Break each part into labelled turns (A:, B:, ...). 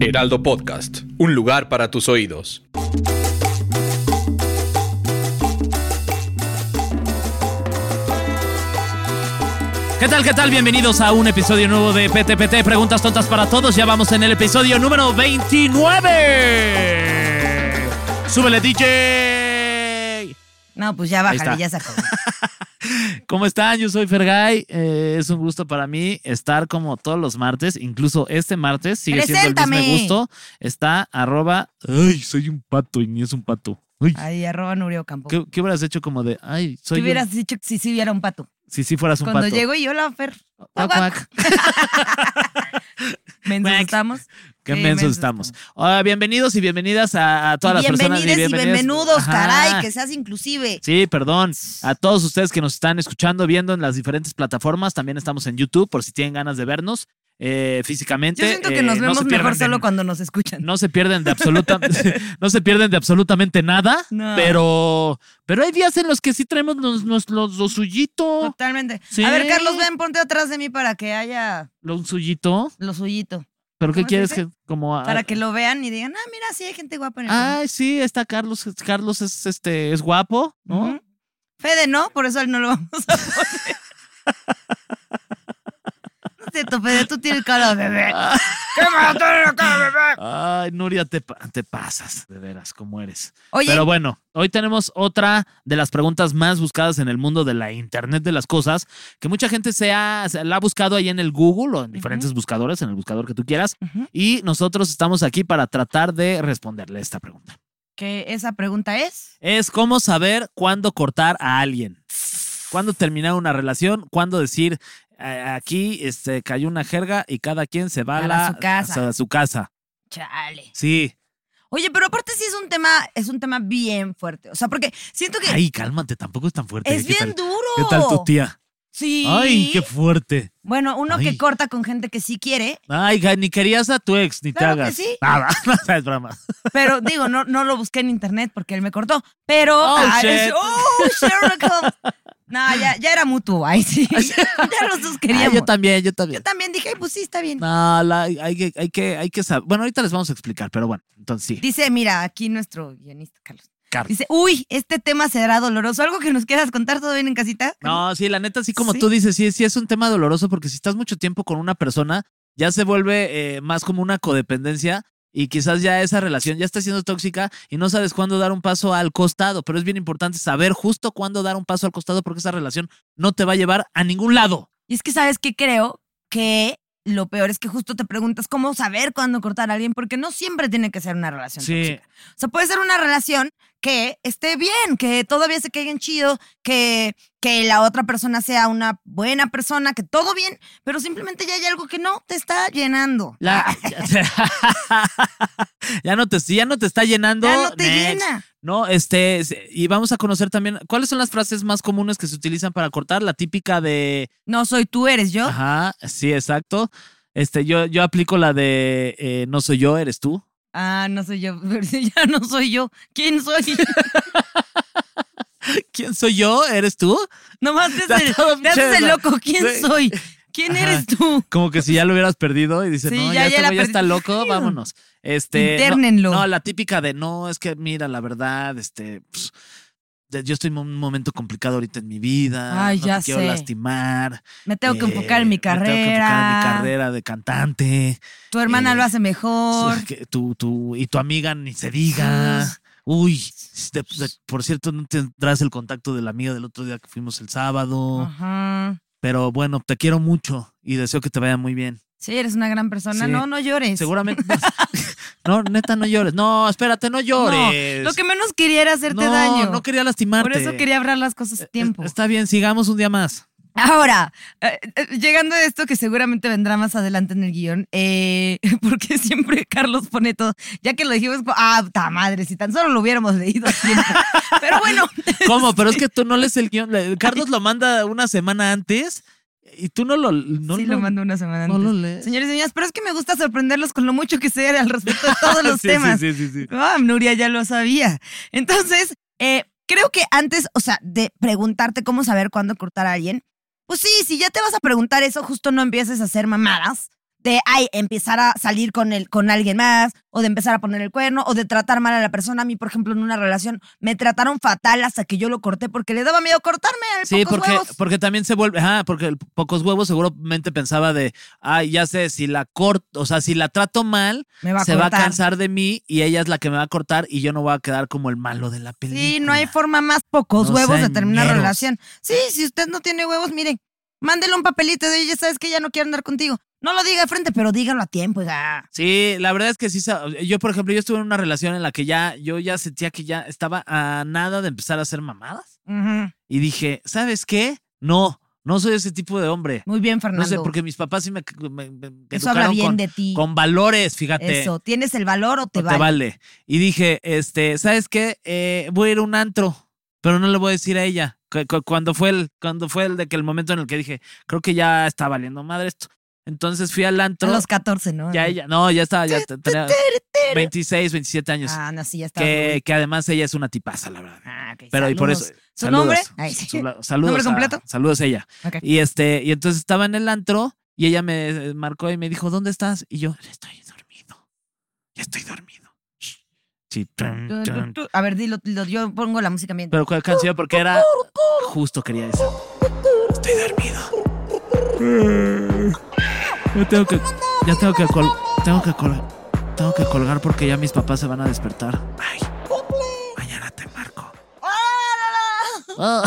A: Heraldo Podcast, un lugar para tus oídos.
B: ¿Qué tal, qué tal? Bienvenidos a un episodio nuevo de PTPT, Preguntas Tontas para Todos. Ya vamos en el episodio número 29. ¡Súbele, DJ!
C: No, pues ya
B: está.
C: bájale, ya se acabó.
B: ¿Cómo están? Yo soy Fergay. Eh, es un gusto para mí estar como todos los martes, incluso este martes. Sigue siendo el
C: ¡Preséntame!
B: mismo gusto. Está arroba... Ay, soy un pato y ni es un pato. Ay,
C: Ahí, arroba Nurio Campo.
B: ¿qué, qué hubieras hecho como de... Ay, soy
C: ¿Qué
B: un-
C: hubieras dicho si sí hubiera un pato?
B: Si sí fueras un
C: Cuando
B: pato.
C: llego y yo la Fer.
B: Cuac,
C: Guac,
B: cuac.
C: Mensos
B: Guac.
C: estamos.
B: Qué
C: Sí,
B: mensos
C: mensos
B: estamos. Hola, bienvenidos y bienvenidas a, a todas las
C: Y
B: personas.
C: Bienvenides y
B: bienvenidas.
C: bienvenidos,
B: Ajá.
C: caray, que seas inclusive.
B: Sí, perdón. A todos ustedes que nos están escuchando, viendo en las diferentes plataformas, también estamos en YouTube por si tienen ganas de vernos eh, físicamente.
C: Yo siento que
B: eh,
C: nos
B: no
C: vemos
B: se pierdan
C: mejor
B: de-
C: solo cuando nos escuchan.
B: No se pierden de absoluta, no se pierden de absolutamente nada,
C: No.
B: pero, pero hay días en los que sí traemos los, los, los- lo suyito,
C: Totalmente.
B: Sí.
C: A ver, Carlos, ven, ponte atrás de mí para que haya
B: lo suyito.
C: lo suyito.
B: Pero qué
C: ¿Cómo se
B: quieres
C: dice?
B: que como a-
C: Para que lo vean y digan, ah, mira, sí hay gente guapa en el programa".
B: Ay, sí, está Carlos, Carlos es este es guapo, ¿no?
C: Ujú. Fede, ¿no? Por eso a él no lo vamos a poner. No es cierto, Fede, tú tienes cara de bebé. ¿Qué más tienes cara de bebé?
B: Ah. Ay, Nuria, te, pa- te pasas, de veras, cómo eres.
C: Oye,
B: Pero bueno, hoy tenemos otra de las preguntas más buscadas en el mundo de la Internet de las Cosas, que mucha gente se, ha- se la ha buscado ahí en el Google o en diferentes buscadores, en el buscador que tú quieras,
C: Ujú.
B: y nosotros estamos aquí para tratar de responderle esta pregunta.
C: que esa pregunta es.
B: Es cómo saber cuándo cortar a alguien, cuándo terminar una relación, cuándo decir, "Eh, aquí este, cayó una jerga y cada quien se va a,
C: A
B: la-
C: su casa".
B: a su casa.
C: Chale.
B: Sí.
C: Oye, pero aparte sí es un tema, es un tema bien fuerte. O sea, porque siento que
B: Ay, cálmate, tampoco es tan fuerte. ¿eh?
C: es
B: ¿Qué tal-
C: bien duro.
B: ¿Qué tal tu tía?
C: Sí.
B: Ay, qué fuerte.
C: Bueno, uno
B: Ay.
C: que corta con gente que sí quiere,
B: Ay, ga- ni querías a tu ex, ni
C: Claro
B: te
C: que
B: hagas.
C: sí.
B: Nada, no es broma.
C: pero digo, no, no lo busqué en internet porque él me cortó. Pero.
B: Oh,
C: ah,
B: shit.
C: es- oh, Sherlock Holmes. No, ya, ya era mutuo. Ay, sí. ya los dos queríamos.
B: yo también, yo también.
C: Yo también dije, "Ay, pues sí, está bien.
B: No, la- hay, que, hay, que, hay que saber. Bueno, ahorita les vamos a explicar, pero bueno, entonces sí.
C: Dice, mira, aquí nuestro guionista, Carlos.
B: Carlos.
C: Dice, uy, este tema será doloroso. ¿Algo que nos quieras contar todo bien en casita?
B: No, sí, la neta, sí, como
C: Sí.
B: tú dices, sí, sí es un tema doloroso porque si estás mucho tiempo con una persona, ya se vuelve eh, más como una codependencia y quizás ya esa relación ya está siendo tóxica y no sabes cuándo dar un paso al costado, pero es bien importante saber justo cuándo dar un paso al costado porque esa relación no te va a llevar a ningún lado.
C: Y es que, ¿sabes qué? Creo que lo peor es que justo te preguntas cómo saber cuándo cortar a alguien, porque no siempre tiene que ser una relación tóxica. O sea, puede ser una relación que esté bien, que todavía se caigan chido, que, que la otra persona sea una buena persona, que todo bien, pero simplemente ya hay algo que no te está llenando.
B: La- ya, no te, si ya no te está llenando.
C: ya no te
B: next.
C: llena.
B: No, este, es- y vamos a conocer también cuáles son las frases más comunes que se utilizan para cortar. La típica de,
C: No soy tú, eres yo.
B: ajá, sí, exacto. Este, yo, yo aplico la de, eh, no soy yo, eres tú.
C: Ah, no soy yo, pero si ya no soy yo. ¿Quién soy?
B: ¿Quién soy yo? ¿Eres tú?
C: Nomás te
B: Está
C: haces,
B: todo
C: el- te haces el
B: pinche-
C: loco. ¿Quién
B: Sí.
C: soy? ¿Quién
B: Ajá.
C: eres tú?
B: Como que si ya lo hubieras perdido y dices,
C: Sí,
B: no,
C: ya-
B: ya,
C: ya
B: este
C: la
B: güey ya
C: perdí".
B: está loco, vámonos. Este, no-
C: Internenlo.
B: No, la típica de no, es que mira, la verdad, este, pues, de- yo estoy en un momento complicado ahorita en mi vida.
C: Ay,
B: no
C: ya
B: te quiero
C: sé.
B: lastimar.
C: Me tengo que
B: eh,
C: enfocar en mi
B: me tengo que enfocar en mi
C: carrera.
B: carrera de cantante.
C: Tu hermana
B: Eh,
C: lo hace mejor.
B: que tu- tu- y tu amiga ni se diga. Uy, de- de- por cierto, no tendrás el contacto de la amiga del otro día que fuimos el sábado.
C: Ah. Ajá.
B: Pero bueno, te quiero mucho y deseo que te vaya muy bien.
C: Sí, eres una gran persona.
B: Sí.
C: No, no llores.
B: Seguramente. no, neta, no llores. No, espérate, no llores.
C: No, lo que menos quería era hacerte
B: No,
C: daño.
B: No Eh, quería lastimarte.
C: Por eso quería hablar las cosas a tiempo.
B: Está bien, sigamos un día más.
C: Ahora, eh, eh, llegando a esto que seguramente vendrá más adelante en el guión, eh, porque siempre Carlos pone todo, ya que lo dijimos, ah, ta madre, si tan solo lo hubiéramos leído siempre. Pero bueno,
B: ¿Cómo? Pero es que tú no lees el guión. Le- Carlos lo manda una semana antes y tú no lo. No
C: sí lo mando una semana
B: no
C: antes.
B: lo lees.
C: Señores y señoras, pero es que me gusta sorprenderlos con lo mucho que sé al respecto de todos los
B: Sí, sí,
C: temas.
B: sí, sí, sí.
C: Ah, Nuria ya lo sabía. Entonces, eh, creo que antes, o sea, de preguntarte cómo saber cuándo cortar a alguien, pues sí, si ya te vas a preguntar eso, justo no empieces a hacer mamadas de ay, empezar a salir con, el, con alguien más, o de empezar a poner el cuerno, o de tratar mal a la persona. A mí, por ejemplo, en una relación me trataron fatal hasta que yo lo corté porque le daba miedo cortarme al
B: Sí,
C: pocos
B: porque,
C: huevos.
B: porque también se vuelve, ajá, porque el pocos huevos seguramente pensaba de, ay, ya sé, si la corto, o sea, si la trato mal,
C: Me va a
B: se
C: cortar.
B: va a cansar de mí y ella es la que me va a cortar y yo no voy a quedar como el malo de la película.
C: Sí, no hay forma más pocos
B: No
C: huevos de
B: sean
C: terminar
B: ñeros.
C: relación. Sí, si usted no tiene huevos, mire, mándele un papelito de ya sabes que ya no quiero andar contigo. No lo diga de frente, pero dígalo a tiempo, ya.
B: Sí, la verdad es que sí. sa- Yo, por ejemplo, yo estuve en una relación en la que ya, yo ya sentía que ya estaba a nada de empezar a hacer mamadas.
C: Ujú.
B: Y dije, ¿sabes qué? No, no soy ese tipo de hombre.
C: Muy bien,
B: No
C: Fernando.
B: sé, porque mis papás sí me, me- me- me
C: Eso habla
B: educaron
C: bien
B: con,
C: de ti.
B: con valores, fíjate.
C: Eso, ¿tienes el valor o te
B: o
C: vale?
B: Y dije, este, ¿sabes qué? Eh, voy a ir a un antro, pero no le voy a decir a ella. Cu- cu- Cuando fue el, cuando fue el de que el momento en el que dije, creo que ya está valiendo madre esto. Entonces fui al
C: A
B: antro.
C: los 14, ¿no?
B: Ya ella, no, ya estaba, ya te- tenía 26, 27 años.
C: Ah, no, sí, ya está.
B: que, que además ella es una tipaza, la verdad.
C: Ah, ok,
B: Pero y por eso.
C: saludos. ¿Su nombre?
B: saludos,
C: Ay, sí.
B: su- saludos
C: ¿Nombre
B: a-
C: completo?
B: saludos a ella.
C: Ok.
B: Y este, y entonces estaba en el antro y ella me eh, marcó y me dijo, ¿dónde estás? Y yo, estoy dormido. Ya estoy dormido. Shh. Sí, tum,
C: Tú, tú,
B: tum.
C: tú. A ver, dilo, dilo, yo pongo la música bien.
B: Pero cuál canción, porque era justo quería eso. Estoy dormido. Yo tengo que, ya tengo que col- tengo que col- tengo que colgar porque ya mis papás se van a despertar. Ay, mañana te marco. Oh.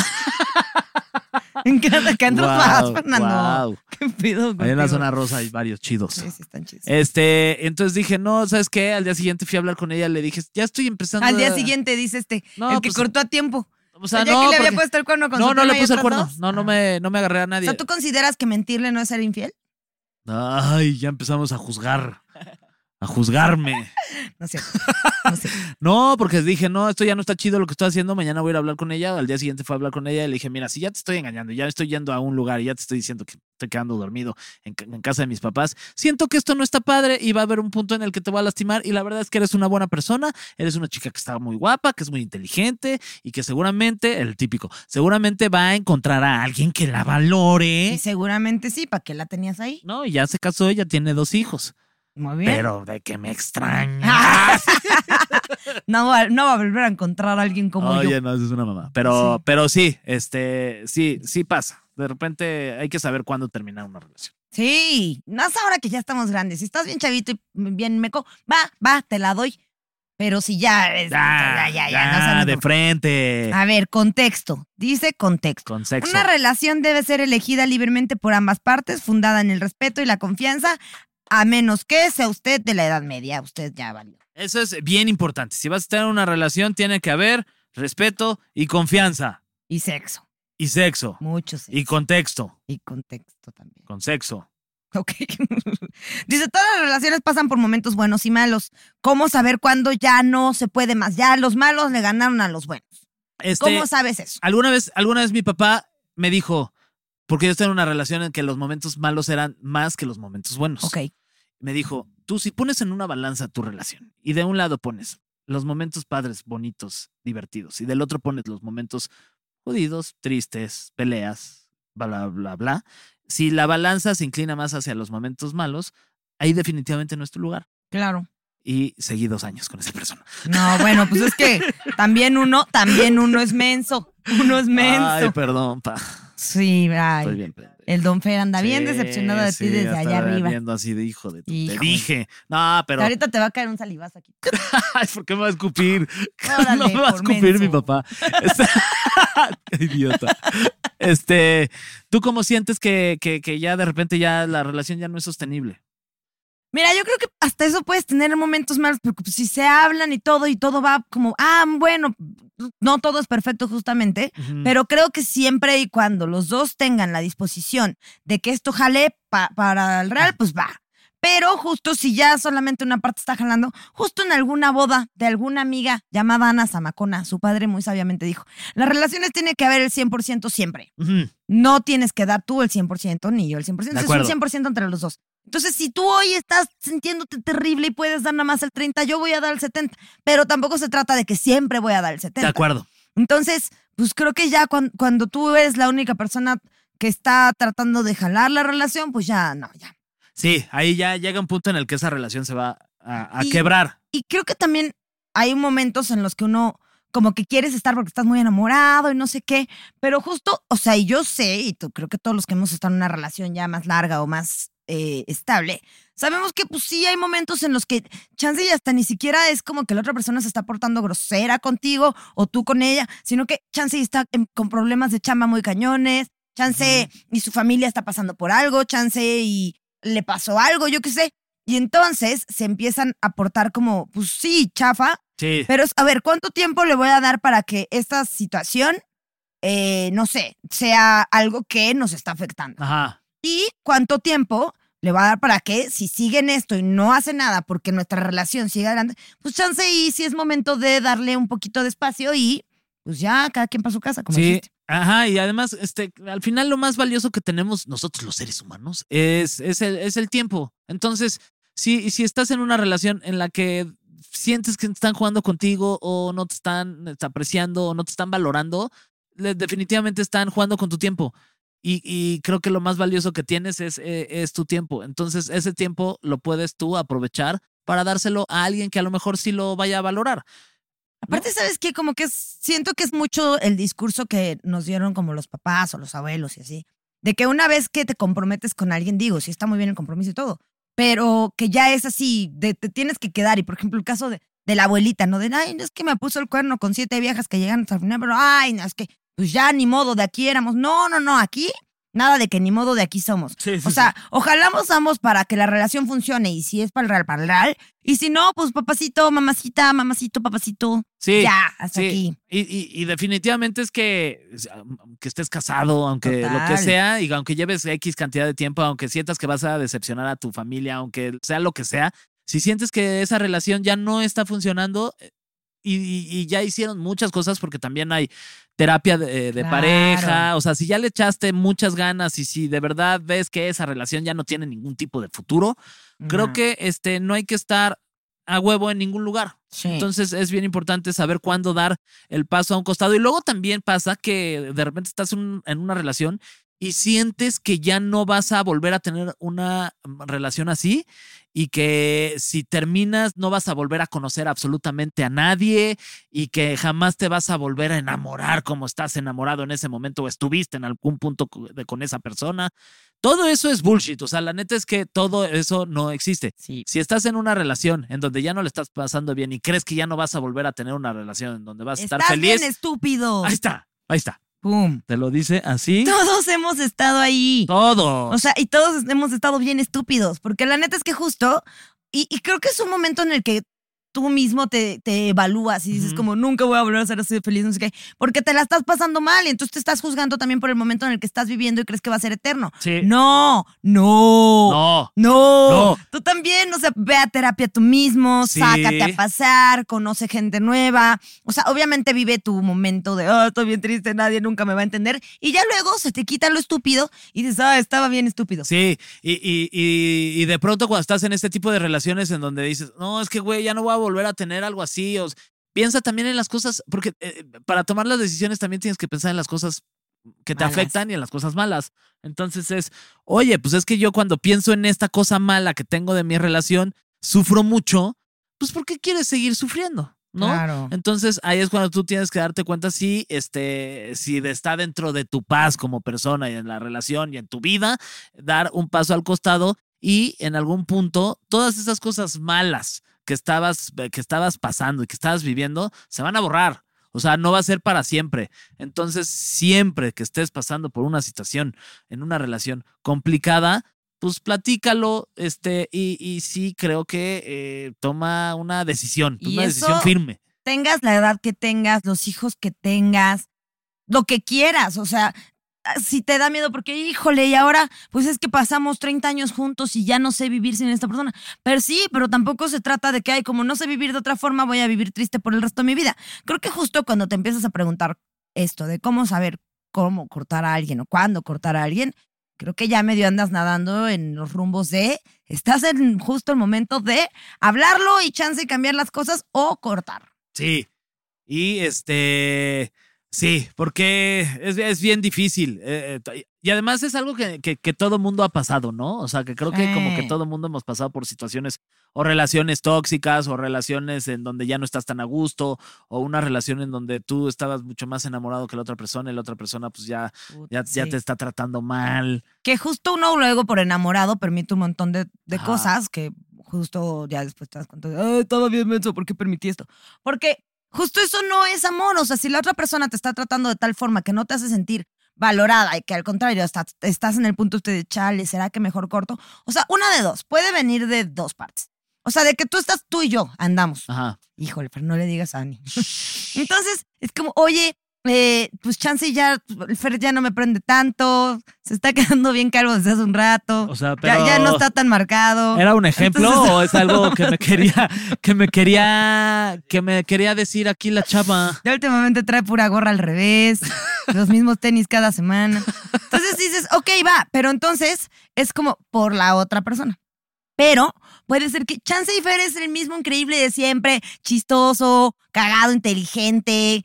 C: Me encanta que entras
B: Guau,
C: más, Fernando.
B: guau.
C: Qué pedo.
B: Ahí en la
C: contigo?
B: zona rosa hay varios chidos.
C: Sí, sí, están chidos.
B: Este, entonces dije, no, ¿sabes qué? Al día siguiente fui a hablar con ella, le dije, ya estoy empezando.
C: Al día
B: a-
C: siguiente dice este,
B: No,
C: el que
B: pues-
C: cortó a tiempo.
B: O
C: O sea,
B: sea,
C: ya
B: no,
C: que le había
B: porque-
C: puesto el cuerno con
B: no,
C: su
B: no
C: prima
B: le
C: y
B: puse el
C: otras
B: cuerno.
C: dos.
B: No, no
C: Ah.
B: me, no me agarré a
C: O
B: nadie.
C: sea, ¿tú consideras que mentirle no es ser infiel?
B: Ay, ya empezamos a juzgar. A juzgarme.
C: No sé. No sé.
B: No, porque dije, no, esto ya no está chido lo que estoy haciendo. Mañana voy a ir a hablar con ella. Al día siguiente fue a hablar con ella y le dije, mira, si ya te estoy engañando, ya estoy yendo a un lugar y ya te estoy diciendo que estoy quedando dormido en, ca- en casa de mis papás, siento que esto no está padre y va a haber un punto en el que te va a lastimar. Y la verdad es que eres una buena persona, eres una chica que está muy guapa, que es muy inteligente y que seguramente, el típico, seguramente va a encontrar a alguien que la valore.
C: Y seguramente sí, ¿para qué la tenías ahí?
B: No, y ya se casó, ella tiene dos hijos.
C: Muy bien.
B: Pero de que me extraña.
C: Ah. no, va- no va a volver a encontrar a alguien como
B: Oye,
C: yo.
B: no, eso es una mamá. Pero,
C: Sí.
B: pero sí, este, sí, sí pasa. De repente hay que saber cuándo terminar una relación.
C: Sí, más ahora que ya estamos grandes. Si estás bien chavito y bien meco, va, va, te la doy. Pero si ya es-
B: Ya,
C: ya, ya,
B: ya,
C: no sabes
B: de
C: por-
B: frente.
C: A ver, contexto. Dice contexto.
B: Con sexo.
C: Una relación debe ser elegida libremente por ambas partes, fundada en el respeto y la confianza, a menos que sea usted de la Edad Media. Usted ya valió.
B: Eso es bien importante. Si vas a tener una relación, tiene que haber respeto y confianza.
C: Y sexo.
B: Y sexo.
C: Mucho sexo.
B: Y contexto.
C: Y contexto también.
B: Con sexo.
C: Ok. Dice, todas las relaciones pasan por momentos buenos y malos. ¿Cómo saber cuándo ya no se puede más? Ya los malos le ganaron a los buenos.
B: Este,
C: ¿Cómo sabes eso?
B: alguna vez, alguna vez mi papá me dijo, porque yo estaba en una relación en que los momentos malos eran más que los momentos buenos.
C: Ok.
B: me dijo, tú si pones en una balanza tu relación y de un lado pones los momentos padres, bonitos, divertidos, y del otro pones los momentos jodidos, tristes, peleas, bla, bla, bla, si la balanza se inclina más hacia los momentos malos, ahí definitivamente no es tu lugar.
C: Claro.
B: Y seguí dos años con esa persona.
C: No, bueno, pues es que también uno, también uno es menso. Uno es menso.
B: Ay, pues perdón, pa.
C: sí, ay.
B: Estoy bien. pendejo.
C: El don Fer anda
B: Sí,
C: bien decepcionado de ti
B: sí,
C: desde
B: ya
C: allá
B: estaba
C: arriba.
B: viendo así de hijo de tu- Te
C: Híjole.
B: dije. No, pero.
C: Ahorita te va a caer un salivazo aquí.
B: Ay, ¿por qué me va a escupir?
C: Órale,
B: no me va a
C: por
B: escupir mi
C: menso.
B: papá. Este- Idiota. Este, ¿tú cómo sientes que, que- que ya de repente ya la relación ya no es sostenible?
C: Mira, yo creo que hasta eso puedes tener momentos malos, porque pues, si se hablan y todo, y todo va como, ah, bueno, no todo es perfecto justamente,
B: Ujú.
C: pero creo que siempre y cuando los dos tengan la disposición de que esto jale pa- para el real, pues va. Pero justo si ya solamente una parte está jalando, justo en alguna boda de alguna amiga llamada Ana Zamacona, su padre muy sabiamente dijo, las relaciones tiene que haber el 100% siempre.
B: Ujú.
C: no tienes que dar tú el 100% ni yo el 100%.
B: De
C: Es
B: acuerdo.
C: un 100% entre los dos. Entonces, si tú hoy estás sintiéndote terrible y puedes dar nada más el 30, yo voy a dar el 70. Pero tampoco se trata de que siempre voy a dar el
B: De
C: 70.
B: acuerdo.
C: Entonces, pues creo que ya cuan- cuando tú eres la única persona que está tratando de jalar la relación, pues ya no, ya.
B: Sí, ahí ya llega un punto en el que esa relación se va a, a
C: Y-
B: quebrar.
C: Y creo que también hay momentos en los que uno como que quieres estar porque estás muy enamorado y no sé qué, pero justo, o sea, y yo sé, y tú- creo que todos los que hemos estado en una relación ya más larga o más eh, estable, sabemos que pues sí hay momentos en los que chance y hasta ni siquiera es como que la otra persona se está portando grosera contigo o tú con ella, sino que chance y está en- con problemas de chamba muy cañones, chance y su familia está pasando por algo, chance y le pasó algo, yo qué sé. Y entonces se empiezan a portar como, pues sí, chafa,
B: Sí.
C: pero es- a ver, ¿cuánto tiempo le voy a dar para que esta situación, eh, no sé, sea algo que nos está afectando?
B: Ajá.
C: y cuánto tiempo le va a dar para que si siguen esto y no hace nada porque nuestra relación sigue adelante, pues chance y si es momento de darle un poquito de espacio y pues ya cada quien para su casa, como
B: sí.
C: dijiste.
B: Ajá, y además, este, al final lo más valioso que tenemos nosotros los seres humanos es, es, el, es el tiempo. Entonces, si, si estás en una relación en la que sientes que están jugando contigo o no te están este, apreciando o no te están valorando, le- definitivamente están jugando con tu tiempo. Y, y creo que lo más valioso que tienes es, eh, es tu tiempo. Entonces, ese tiempo lo puedes tú aprovechar para dárselo a alguien que a lo mejor sí lo vaya a valorar.
C: Aparte, ¿sabes qué? Como que es- siento que es mucho el discurso que nos dieron como los papás o los abuelos y así. De que una vez que te comprometes con alguien, digo, sí está muy bien el compromiso y todo, pero que ya es así, de, te tienes que quedar. Y por ejemplo, el caso de, de la abuelita, ¿no? De, ay, no es que me puso el cuerno con siete viejas que llegan hasta el final, pero ay, no, es que pues ya ni modo, de aquí éramos. No, no, no, aquí nada de que ni modo de aquí somos. O sea, ojalá ambos para que la relación funcione y si es para el real, para el real. Y si no, pues papacito, mamacita, mamacito, papacito.
B: sí.
C: Ya, hasta
B: Sí,
C: aquí.
B: Y, y- y definitivamente es que, o sea, aunque estés casado, aunque lo que
C: Total.
B: sea, y aunque lleves X cantidad de tiempo, aunque sientas que vas a decepcionar a tu familia, aunque sea lo que sea, si sientes que esa relación ya no está funcionando eh, y, y- y ya hicieron muchas cosas, porque también hay terapia de, eh, de
C: Claro.
B: pareja, o sea, si ya le echaste muchas ganas y si de verdad ves que esa relación ya no tiene ningún tipo de futuro, creo
C: Ajá.
B: que este, no hay que estar a huevo en ningún lugar.
C: Sí.
B: Entonces es bien importante saber cuándo dar el paso a un costado. Y luego también pasa que de repente estás un- en una relación y sientes que ya no vas a volver a tener una mm, relación así y que si terminas no vas a volver a conocer absolutamente a nadie y que jamás te vas a volver a enamorar como estás enamorado en ese momento o estuviste en algún punto co- de- con esa persona. Todo eso es bullshit. O sea, la neta es que todo eso no existe.
C: sí.
B: Si estás en una relación en donde ya no le estás pasando bien y crees que ya no vas a volver a tener una relación en donde vas a estar
C: Estás
B: feliz,
C: bien estúpido.
B: ahí está, ahí está.
C: Pum.
B: Te lo dice así
C: Todos hemos estado ahí.
B: todo.
C: O sea, y todos hemos estado bien estúpidos, porque la neta es que justo, y, y creo que es un momento en el que tú mismo te, te evalúas y dices
B: Ujú.
C: como nunca voy a volver a ser así de feliz, no sé qué, porque te la estás pasando mal y entonces te estás juzgando también por el momento en el que estás viviendo y crees que va a ser eterno.
B: Sí.
C: No, no,
B: No.
C: no.
B: No.
C: Tú también, o sea, ve a terapia tú mismo,
B: Sí.
C: sácate a pasar, conoce gente nueva. O sea, obviamente vive tu momento de, oh, estoy bien triste, nadie nunca me va a entender. Y ya luego se te quita lo estúpido y dices, ah, estaba bien estúpido.
B: Sí, y, y, y, y de pronto cuando estás en este tipo de relaciones en donde dices, no, es que güey, ya no voy a volver a tener algo así. O, s- piensa también en las cosas, porque eh, para tomar las decisiones también tienes que pensar en las cosas que te
C: Malas.
B: afectan y en las cosas malas. Entonces es, oye, pues es que yo cuando pienso en esta cosa mala que tengo de mi relación, sufro mucho, pues ¿por qué quieres seguir sufriendo? ¿No?
C: Claro.
B: Entonces ahí es cuando tú tienes que darte cuenta si, este, si de- está dentro de tu paz como persona y en la relación y en tu vida, dar un paso al costado y en algún punto todas esas cosas malas que estabas, que estabas pasando y que estabas viviendo se van a borrar. O sea, no va a ser para siempre. Entonces, siempre que estés pasando por una situación en una relación complicada, pues platícalo, este, y, y sí creo que eh, toma una decisión,
C: Y
B: una decisión
C: eso-
B: firme.
C: Tengas la edad que tengas, los hijos que tengas, lo que quieras, o sea, ah, si te da miedo porque, híjole, y ahora, pues es que pasamos 30 años juntos y ya no sé vivir sin esta persona. Pero sí, pero tampoco se trata de que, ay, como no sé vivir de otra forma, voy a vivir triste por el resto de mi vida. Creo que justo cuando te empiezas a preguntar esto de cómo saber cómo cortar a alguien o cuándo cortar a alguien, creo que ya medio andas nadando en los rumbos de, estás en justo el momento de hablarlo y chance de cambiar las cosas o cortar.
B: Sí. Y este. Sí, porque es, es bien difícil. eh, eh, t- y además es algo que, que, que todo mundo ha pasado, ¿no? O sea, que creo que como que
C: Sí.
B: todo mundo hemos pasado por situaciones o relaciones tóxicas o relaciones en donde ya no estás tan a gusto o una relación en donde tú estabas mucho más enamorado que la otra persona y la otra persona pues ya, ya, ya te está tratando mal.
C: Que justo uno luego por enamorado permite un montón de, de
B: Ajá.
C: cosas que justo ya después te das cuenta de, "Ay, estaba bien menso, ¿por qué permití esto? Porque justo eso no es amor. O sea, si la otra persona te está tratando de tal forma que no te hace sentir valorada y que al contrario hasta estás en el punto este de chale, ¿será que mejor corto? O sea, una de dos, puede venir de dos partes. O sea, de que tú estás, tú y yo andamos.
B: Ajá.
C: Híjole, pero no le digas a Ani. Entonces, es como, oye, eh, pues chance ya, el Fer ya no me prende tanto, se está quedando bien calvo desde hace un rato,
B: O sea,
C: ya-
B: pero...
C: ya, no está tan marcado.
B: ¿Era un ejemplo
C: Entonces-
B: o es algo que me quería, que me quería, que me quería decir aquí la chava?
C: Ya últimamente trae pura gorra al revés, los mismos tenis cada semana. Entonces dices, ok, va, pero entonces es como por la otra persona. Pero puede ser que Chance y Fer es el mismo increíble de siempre, chistoso, cagado, inteligente,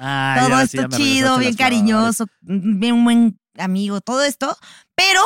B: Ah,
C: todo
B: ya, sí,
C: esto
B: ya me
C: chido,
B: regresaste
C: bien
B: las palabras.
C: cariñoso, bien un buen amigo, todo esto. Pero,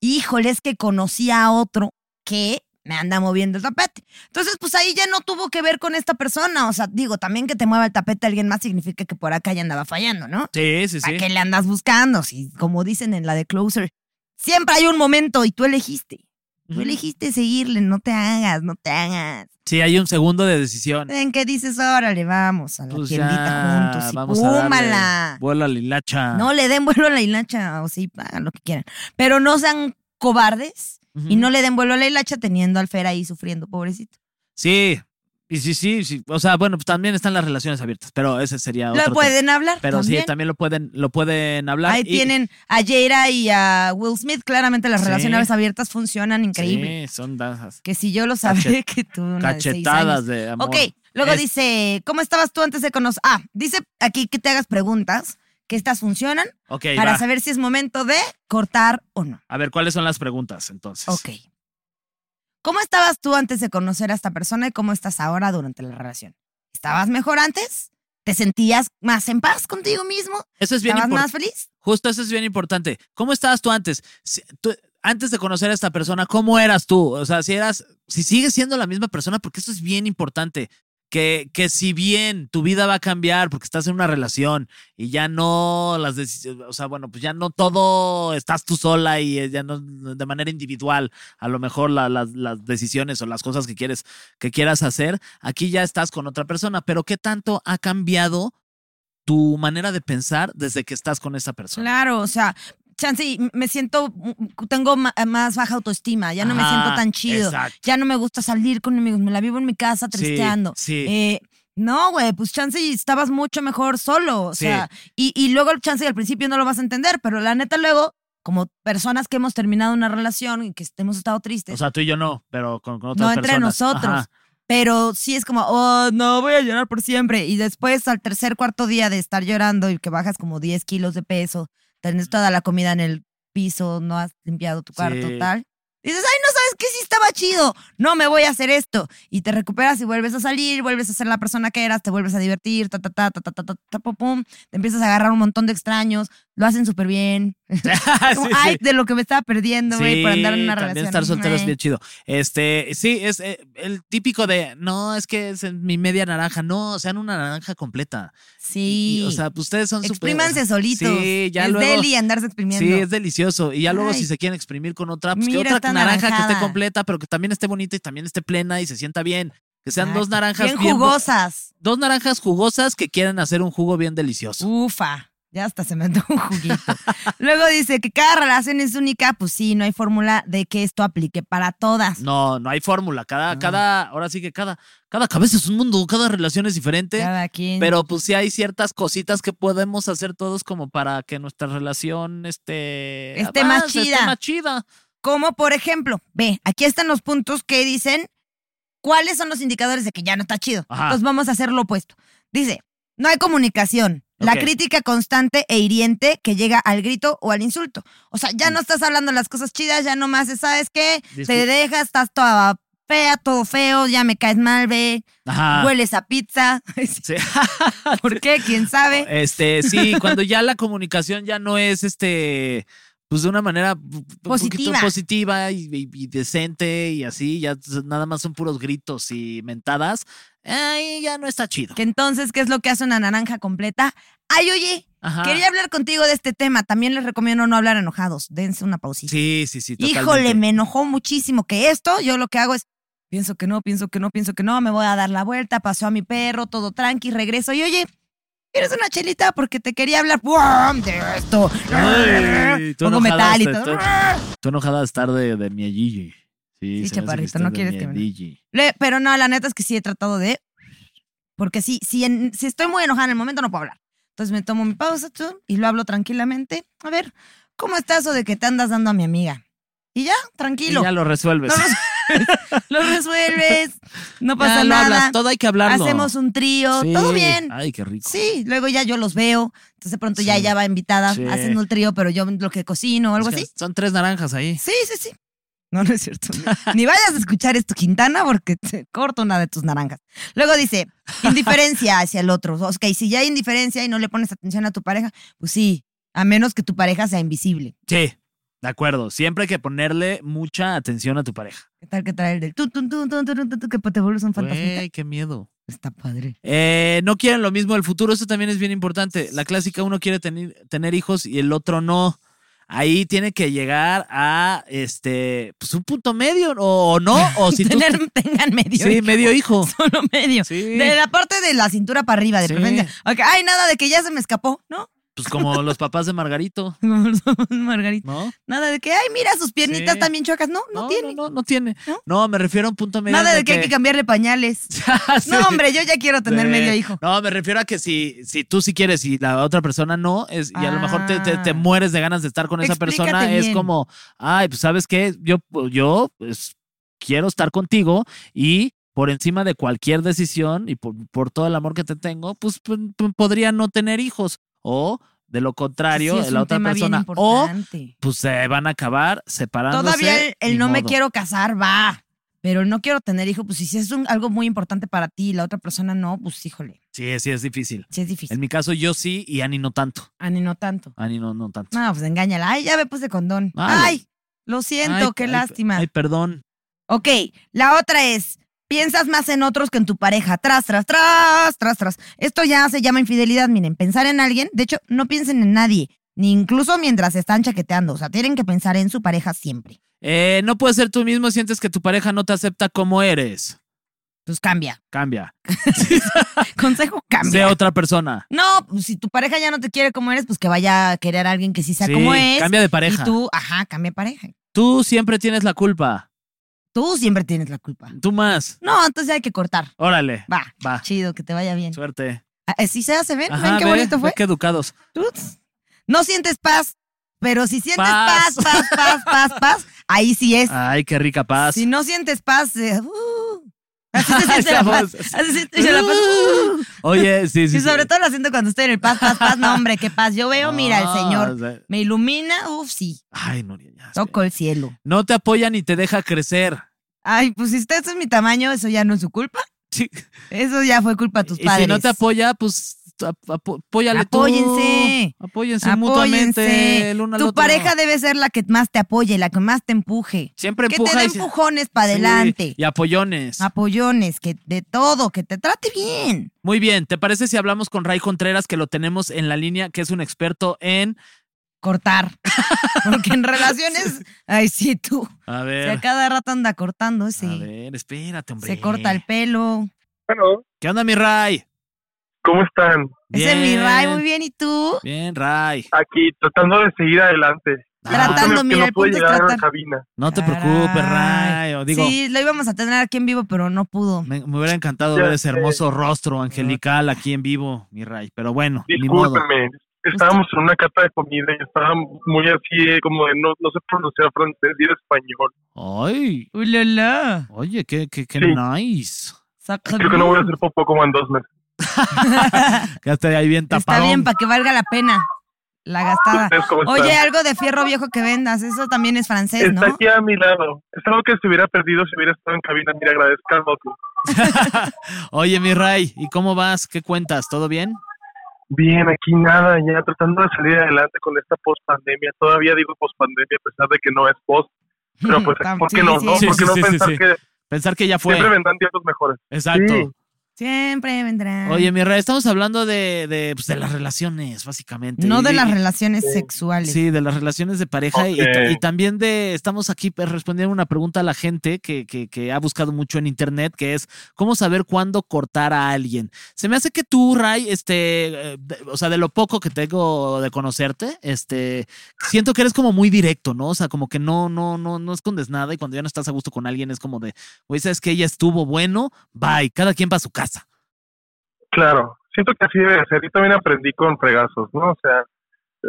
C: híjole, es que conocí a otro que me anda moviendo el tapete. Entonces, pues ahí ya no tuvo que ver con esta persona. O sea, digo, también que te mueva el tapete alguien más significa que por acá ya andaba fallando, ¿no?
B: Sí, sí, sí.
C: ¿Para qué le andas buscando? Si, como dicen en la de Closer, siempre hay un momento y tú elegiste. Tú
B: Ujú.
C: elegiste seguirle, no te hagas, no te hagas.
B: Sí, hay un segundo de decisión.
C: ¿En qué dices? Órale, vamos a la
B: Pues
C: tiendita
B: ya,
C: juntos y
B: vamos a
C: púmala.
B: darle vuelo a la hilacha.
C: No le den vuelo a la hilacha, o sí, hagan lo que quieran. Pero no sean cobardes
B: Ujú.
C: y no le den vuelo a la hilacha teniendo al Fer ahí sufriendo, pobrecito.
B: Sí, y sí, sí, sí. O sea, bueno, pues también están las relaciones abiertas, pero ese sería otro.
C: Lo
B: tema.
C: pueden hablar.
B: Pero
C: también.
B: sí, también lo pueden, lo pueden hablar.
C: Ahí
B: y-
C: tienen a Jaira y a Will Smith. Claramente las
B: Sí.
C: relaciones abiertas funcionan increíble.
B: Sí, son danzas.
C: Que si yo lo sabía que tú una de seis años.
B: Cachetadas de amor.
C: Ok, luego
B: Es-
C: dice, ¿cómo estabas tú antes de conocer? Ah, dice aquí que te hagas preguntas, que estas funcionan
B: Ok,
C: para
B: va.
C: saber si es momento de cortar o no.
B: A ver, ¿cuáles son las preguntas entonces?
C: Ok. ¿Cómo estabas tú antes de conocer a esta persona y cómo estás ahora durante la relación? ¿Estabas mejor antes? ¿Te sentías más en paz contigo mismo?
B: Eso es bien
C: ¿Estabas
B: importante.
C: más feliz?
B: Justo eso es bien importante. ¿Cómo estabas tú antes? Si- tú- antes de conocer a esta persona, ¿cómo eras tú? O sea, si eras, si sigues siendo la misma persona, porque eso es bien importante. Que, que si bien tu vida va a cambiar porque estás en una relación y ya no las decisiones, o sea, bueno, pues ya no todo estás tú sola y eh, ya no de manera individual, a lo mejor la- las, las decisiones o las cosas que quieres, que quieras hacer, aquí ya estás con otra persona, pero ¿qué tanto ha cambiado tu manera de pensar desde que estás con esa persona?
C: Claro, o sea, chance, y me siento, mm, tengo ma- eh, más baja autoestima, ya no me
B: Ajá,
C: siento tan chido,
B: Exacto.
C: ya no me gusta salir con amigos, me la vivo en mi casa
B: Sí,
C: tristeando.
B: Sí,
C: Eh, no, güey, pues chance y estabas mucho mejor solo. O
B: Sí.
C: sea, y, y luego el chance y al principio no lo vas a entender, pero la neta luego, como personas que hemos terminado una relación y que est- hemos estado tristes,
B: O sea, tú y yo no, pero con, con otras
C: Eh, no entre
B: personas.
C: nosotros.
B: Ajá.
C: Pero sí es como, oh, no, voy a llorar por siempre. Y después, al tercer, cuarto día de estar llorando y que bajas como 10 kilos de peso, tenés toda la comida en el piso, no has limpiado tu cuarto,
B: Sí.
C: tal. Dices, ay, no sabes que sí estaba chido, no me voy a hacer esto. Y te recuperas y vuelves a salir, vuelves a ser la persona que eras, te vuelves a divertir, ta, ta, ta, ta, ta, ta, ta, ta, pum, pum. Te empiezas a agarrar un montón de extraños, lo hacen súper bien. Como,
B: Sí,
C: ay,
B: sí.
C: de lo que me estaba perdiendo, güey, por andar en una
B: Sí,
C: relación.
B: También estar soltero es
C: Ay.
B: bien chido. Este, sí, es eh, el típico de, no, es que es en mi media naranja. No, sean una naranja completa.
C: Sí.
B: Y- y, o sea, pues ustedes son súper.
C: Exprímanse solitos.
B: Sí, ya
C: es
B: luego-
C: deli andarse exprimiendo.
B: Sí, es delicioso. Y ya luego
C: Ay.
B: si se quieren exprimir con otra, pues
C: Mira,
B: que otra
C: está
B: naranja que esté
C: anaranjada.
B: completa, pero que también esté bonita y también esté plena y se sienta bien. Que sean dos
C: Exacto.
B: naranjas
C: Bien
B: bien bo-
C: jugosas.
B: dos naranjas jugosas que quieren hacer un jugo bien delicioso.
C: Ufa. Ya hasta se me antojó un juguito. luego dice que cada relación es única. Pues sí, no hay fórmula de que esto aplique para todas.
B: No, no hay fórmula. Cada,
C: No.
B: cada, ahora sí que cada, cada cabeza es un mundo, cada relación es diferente.
C: Cada quien.
B: Pero pues sí hay ciertas cositas que podemos hacer todos como para que nuestra relación este,
C: Esté más chida.
B: Esté más chida.
C: Como por ejemplo, ve, aquí están los puntos que dicen cuáles son los indicadores de que ya no está chido.
B: Ajá.
C: Entonces vamos a hacer lo opuesto. Dice, no hay comunicación. La
B: Ok.
C: crítica constante e hiriente que llega al grito o al insulto. O sea, ya no estás hablando las cosas chidas, ya nomás es, ¿sabes qué?
B: Mm. Discu-
C: Te dejas, estás toda fea, todo feo, ya me caes mal, ve,
B: Ajá.
C: hueles a pizza.
B: Sí.
C: ¿Por qué? ¿Quién sabe?
B: Este, sí, cuando ya la comunicación ya no es este, pues de una manera positiva,
C: Positiva.
B: positiva y, y- y decente y así, ya t- nada más son puros gritos y mentadas, ahí ya no está chido.
C: Que entonces, ¿qué es lo que hace una naranja completa? Ay, oye,
B: Ajá.
C: quería hablar contigo de este tema. También les recomiendo no hablar enojados. Dense una pausita.
B: Sí, sí, sí.
C: Híjole,
B: totalmente.
C: me enojó muchísimo que esto, yo lo que hago es, pienso que no, pienso que no, pienso que no, me voy a dar la vuelta, pasó a mi perro, todo tranqui, regreso y oye, ¿quieres una chelita? Porque te quería hablar ¡buam! de esto.
B: Ay, tú
C: Pongo
B: enojada
C: metal y
B: hasta-
C: todo.
B: Tú enojada de estar de, de mi Gigi. Sí,
C: Sí,
B: se me hace que
C: chaparrito,
B: estás
C: no
B: de
C: quieres
B: mi
C: que me-
B: Gigi.
C: Le- Pero no, la neta es que sí he tratado de, porque sí, si, en- si estoy muy enojada en el momento no puedo hablar. Entonces me tomo mi pausa tú, y lo hablo tranquilamente. A ver, ¿cómo estás o de que te andas dando a mi amiga? Y ya,
B: Y
C: tranquilo.
B: ya lo resuelves.
C: No lo resuelves, no
B: Ya
C: pasa
B: lo
C: nada.
B: hablas, todo hay que hablarlo.
C: Hacemos un trío,
B: Sí.
C: todo bien.
B: Ay, qué rico.
C: Sí, luego ya yo los veo. Entonces de pronto ya
B: Sí.
C: ella va invitada
B: Sí.
C: haciendo el trío, pero yo lo que cocino o algo
B: Es que
C: así.
B: Son tres naranjas ahí.
C: Sí, sí, sí. No, no es cierto. Ni vayas a escuchar esto, Quintana, porque te corto una de tus naranjas. Luego dice, indiferencia hacia el otro. Ok, si ya hay indiferencia y no le pones atención a tu pareja, pues sí, a menos que tu pareja sea invisible.
B: Sí, de acuerdo. Siempre hay que ponerle mucha atención a tu pareja.
C: ¿Qué tal que trae el del tun, tun, tun, tun, tun, tun, tun, que te vuelves un fantasmita?
B: Güey, qué miedo.
C: Está padre.
B: Eh, no quieren lo mismo del futuro. Eso también es bien importante. La clásica, uno quiere tener, tener hijos y el otro no. Ahí tiene que llegar a este, pues un punto medio o, o no, o si tú.
C: Tener- tengan medio.
B: Sí,
C: hijo.
B: medio hijo.
C: Solo medio.
B: Sí.
C: De la parte de la cintura para arriba, de
B: Sí.
C: preferencia. Ok, Ay, nada de que ya se me escapó, ¿no?
B: Pues como los papás de Margarito,
C: Margarita.
B: ¿no?
C: Nada de que, ay, mira, sus piernitas
B: Sí.
C: también chocas. No, no, tiene.
B: No, no, no tiene.
C: ¿No?
B: ¿No? me refiero a un punto medio.
C: nada
B: en
C: de
B: el
C: que hay que cambiarle pañales.
B: Sí.
C: No, hombre, yo ya quiero
B: Sí.
C: tener medio hijo.
B: No, me refiero a que si, si tú sí quieres y la otra persona no, es, y a lo mejor te, te- te
C: Ah.
B: mueres de ganas de estar con esa
C: Explícate
B: persona, es
C: bien.
B: como, ay, pues sabes qué, yo, yo pues, quiero estar contigo y por encima de cualquier decisión y por, por todo el amor que te tengo, pues, p- p- podría no tener hijos. O de lo contrario,
C: Sí, es
B: la
C: un
B: otra
C: tema bien
B: persona. O
C: importante.
B: pues se van a acabar separándose.
C: Todavía el, el
B: ni
C: no me
B: modo.
C: quiero casar va, pero el no quiero tener hijo, pues si es un- algo muy importante para ti y la otra persona no, pues híjole,
B: Sí, sí, es difícil.
C: sí es difícil.
B: En mi caso, yo sí y Ani no tanto.
C: Ani, no tanto.
B: Ani no, no tanto.
C: No, pues engáñala. Ay, ya me puse condón.
B: Ay.
C: Ay, lo siento,
B: Ay,
C: qué
B: ay,
C: lástima.
B: Ay, perdón.
C: Ok, la otra es, piensas más en otros que en tu pareja. Tras, tras, tras, tras, tras. Esto ya se llama infidelidad. Miren, pensar en alguien, de hecho, no piensen en nadie, ni incluso mientras están chaqueteando. O sea, tienen que pensar en su pareja siempre.
B: Eh, no puedes ser tú mismo, sientes que tu pareja no te acepta como eres.
C: Pues cambia.
B: Cambia.
C: Consejo,
B: Sé
C: cambia.
B: otra persona.
C: No, pues, si tu pareja ya no te quiere como eres, pues que vaya a querer a alguien que sí sea como es.
B: Cambia de pareja.
C: Y
B: Tú?
C: tú, ajá, cambia de pareja.
B: siempre tienes la culpa.
C: Tú siempre tienes la culpa.
B: Tú más.
C: No, entonces ya hay que cortar.
B: Órale.
C: Va.
B: Va.
C: Chido, que te vaya bien.
B: Suerte.
C: Así se hace, ¿ven?
B: Ajá,
C: ¿Ven qué
B: ve,
C: bonito
B: ve
C: fue?
B: qué educados.
C: Ups. No sientes paz, pero si sientes paz,
B: Paz.
C: paz, paz, paz, paz, ahí sí es.
B: Ay, qué rica paz.
C: Si no sientes paz, eh, uh, así se siente
B: Esa
C: la paz.
B: voz.
C: Así se siente la paz. uh.
B: Oye, sí, sí.
C: Y
B: sí.
C: sobre todo la siento cuando estoy en el paz, paz, paz. No, hombre, qué paz. Yo veo, mira, el
B: No,
C: Señor
B: o sea,
C: me ilumina, uff, sí,
B: Ay, Nuria, ya.
C: toco el cielo.
B: No te apoya ni te deja crecer.
C: Ay, pues si usted es mi tamaño, eso ya no es su culpa.
B: Sí.
C: Eso ya fue culpa de tus
B: Y
C: padres.
B: si no te apoya, pues ap- apo- apóyale tú.
C: Apóyense.
B: Apóyense,
C: Apóyense.
B: mutuamente. el uno al
C: Tu
B: otro.
C: pareja debe ser la que más te apoye, la que más te empuje.
B: siempre
C: que te
B: empuja
C: dé
B: y se-
C: empujones para
B: Sí,
C: adelante. Ah.
B: y apoyones.
C: Apoyones, que de todo, que te trate bien.
B: Muy bien, ¿te parece si hablamos con Ray Contreras, que lo tenemos en la línea, que es un experto en...
C: Cortar. Porque en relaciones, ay, sí, tú. o
B: A
C: sea,
B: ver,
C: cada rato anda cortando,
B: a
C: sí.
B: ver, espérate, hombre.
C: Se corta el pelo.
D: Bueno,
B: ¿Qué onda, mi Ray?
D: ¿cómo están?
C: Ese es mi Ray, muy bien. ¿Y tú?
B: Bien, Ray.
D: Aquí tratando de seguir adelante.
B: Ah,
C: Tratando,
D: Justamente
C: mira,
D: que
C: el
D: no pude
C: punto es
D: llegar a la
C: tratar.
D: cabina.
B: No te preocupes,
C: Caray.
B: Ray. O digo,
C: Sí, lo íbamos a tener aquí en vivo, pero no pudo.
B: me, me hubiera encantado
D: Ya
B: ver ese
D: sé.
B: hermoso rostro angelical aquí en vivo, mi Ray. Pero bueno, ni modo.
D: Discúlpeme. Estábamos en una cata de comida y estaba muy así, eh, como de no, no sé pronunciar francés y era español.
B: Ay,
C: Uy, la, la.
B: oye, qué, qué, qué
D: Sí.
B: nice.
C: Saca-
D: Creo que no voy a hacer popó como en dos meses.
B: Quédate ahí bien
C: Está
B: tapadón.
C: bien, para que valga la pena. la gastada.
D: ¿Ustedes cómo están?
C: Oye, algo de fierro viejo que vendas, eso también es francés, ¿no?
D: Está aquí a mi lado. Es algo que se hubiera perdido si hubiera estado en cabina. Mira, agradezcámoslo.
B: Oye, mi Ray, ¿y cómo vas? ¿Qué cuentas? ¿Todo bien?
D: Bien, aquí nada, ya tratando de salir adelante con esta pospandemia. Todavía digo pospandemia, a pesar de que no es post. Pero pues,
C: Tam-
D: ¿por qué
C: sí,
D: no?
C: sí,
D: no?
B: sí.
D: ¿Por
B: Sí,
D: qué no
B: sí, sí,
D: pensar
B: sí.
D: que
B: Pensar que ya fue.
D: siempre vendrán tiempos mejores?
B: Exacto.
D: Sí.
C: Siempre vendrá.
B: Oye, mi Ray, estamos hablando de, de, pues, de las relaciones, básicamente.
C: no de
B: Y-
C: las
B: y-
C: relaciones sexuales.
B: Sí, de las relaciones de pareja y-
D: Ok.
B: y, también de, estamos aquí pues, respondiendo una pregunta a la gente que, que- que ha buscado mucho en internet, que es, ¿cómo saber cuándo cortar a alguien? Se me hace que tú, Ray, este, eh, de- o sea, de lo poco que tengo de conocerte, este, siento que eres como muy directo, ¿no? O sea, como que no, no, no, no escondes nada y cuando ya no estás a gusto con alguien es como de, oye, ¿sabes que Ella estuvo bueno, bye, cada quien para su casa.
D: Claro, siento que así debe de ser. Yo también aprendí con fregazos, ¿no? O sea,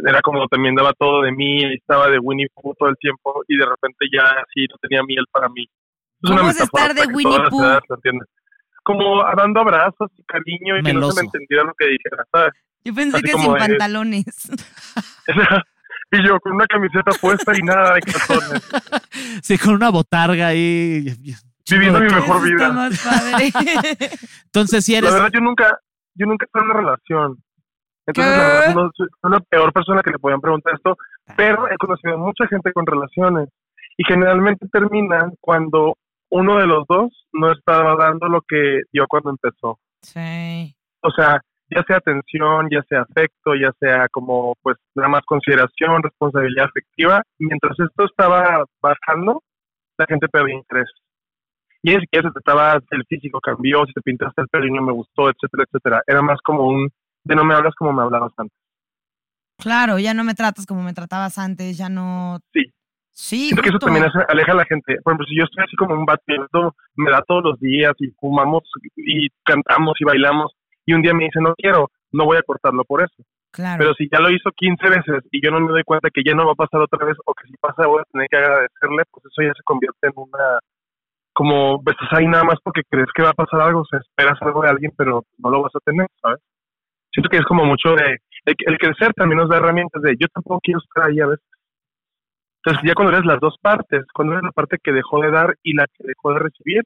D: era como también daba todo de mí, estaba de Winnie Pooh todo el tiempo y de repente ya así no tenía miel para mí.
C: ¿Cómo
D: una
C: es
D: metáfora
C: estar de
D: para que
C: Winnie
D: todas las
C: Pooh?
D: edades lo entiendan. Como dando abrazos y cariño y que no
B: Meloso.
D: se me entendiera lo que dijera, ¿sabes?
C: Yo pensé
D: Así
C: que sin
D: como eres.
C: pantalones.
D: y yo con una camiseta puesta y nada de calzones,
B: Sí, con una botarga ahí.
D: viviendo mi
C: Eso Está
D: mejor vida.
C: más padre.
B: Entonces, si
D: La
B: eres...
D: verdad, yo nunca, yo nunca estuve en una relación. Entonces,
C: ¿Qué?
D: la verdad, no soy soy la peor persona que le podían preguntar esto, pero he conocido a mucha gente con relaciones y generalmente terminan cuando uno de los dos no estaba dando lo que dio cuando empezó.
C: sí.
D: O sea, ya sea atención, ya sea afecto, ya sea como pues nada más consideración, responsabilidad afectiva, mientras esto estaba bajando, la gente perdía interés. Y es que se trataba del físico cambió, si te pintaste el pelo y no me gustó, etcétera, etcétera. Era más como un de no me hablas como me hablabas antes.
C: Claro, ya no me tratas como me tratabas antes, ya no.
D: Sí.
C: Sí.
D: Siento que eso
C: justo.
D: también hace- aleja a la gente. Por ejemplo, si yo estoy así como un batiendo, me da todos los días y fumamos y cantamos y bailamos y un día me dice no quiero, no voy a cortarlo por eso.
C: Claro.
D: Pero si ya lo hizo 15 veces y yo no me doy cuenta que ya no va a pasar otra vez o que si pasa voy a tener que agradecerle, pues eso ya se convierte en una... Como pues estás ahí nada más porque crees que va a pasar algo, o sea, esperas algo de alguien, pero no lo vas a tener, ¿sabes? Siento que es como mucho de... El, el crecer también nos da herramientas de yo tampoco quiero estar ahí a veces. Entonces ya cuando eres las dos partes, cuando eres la parte que dejó de dar y la que dejó de recibir,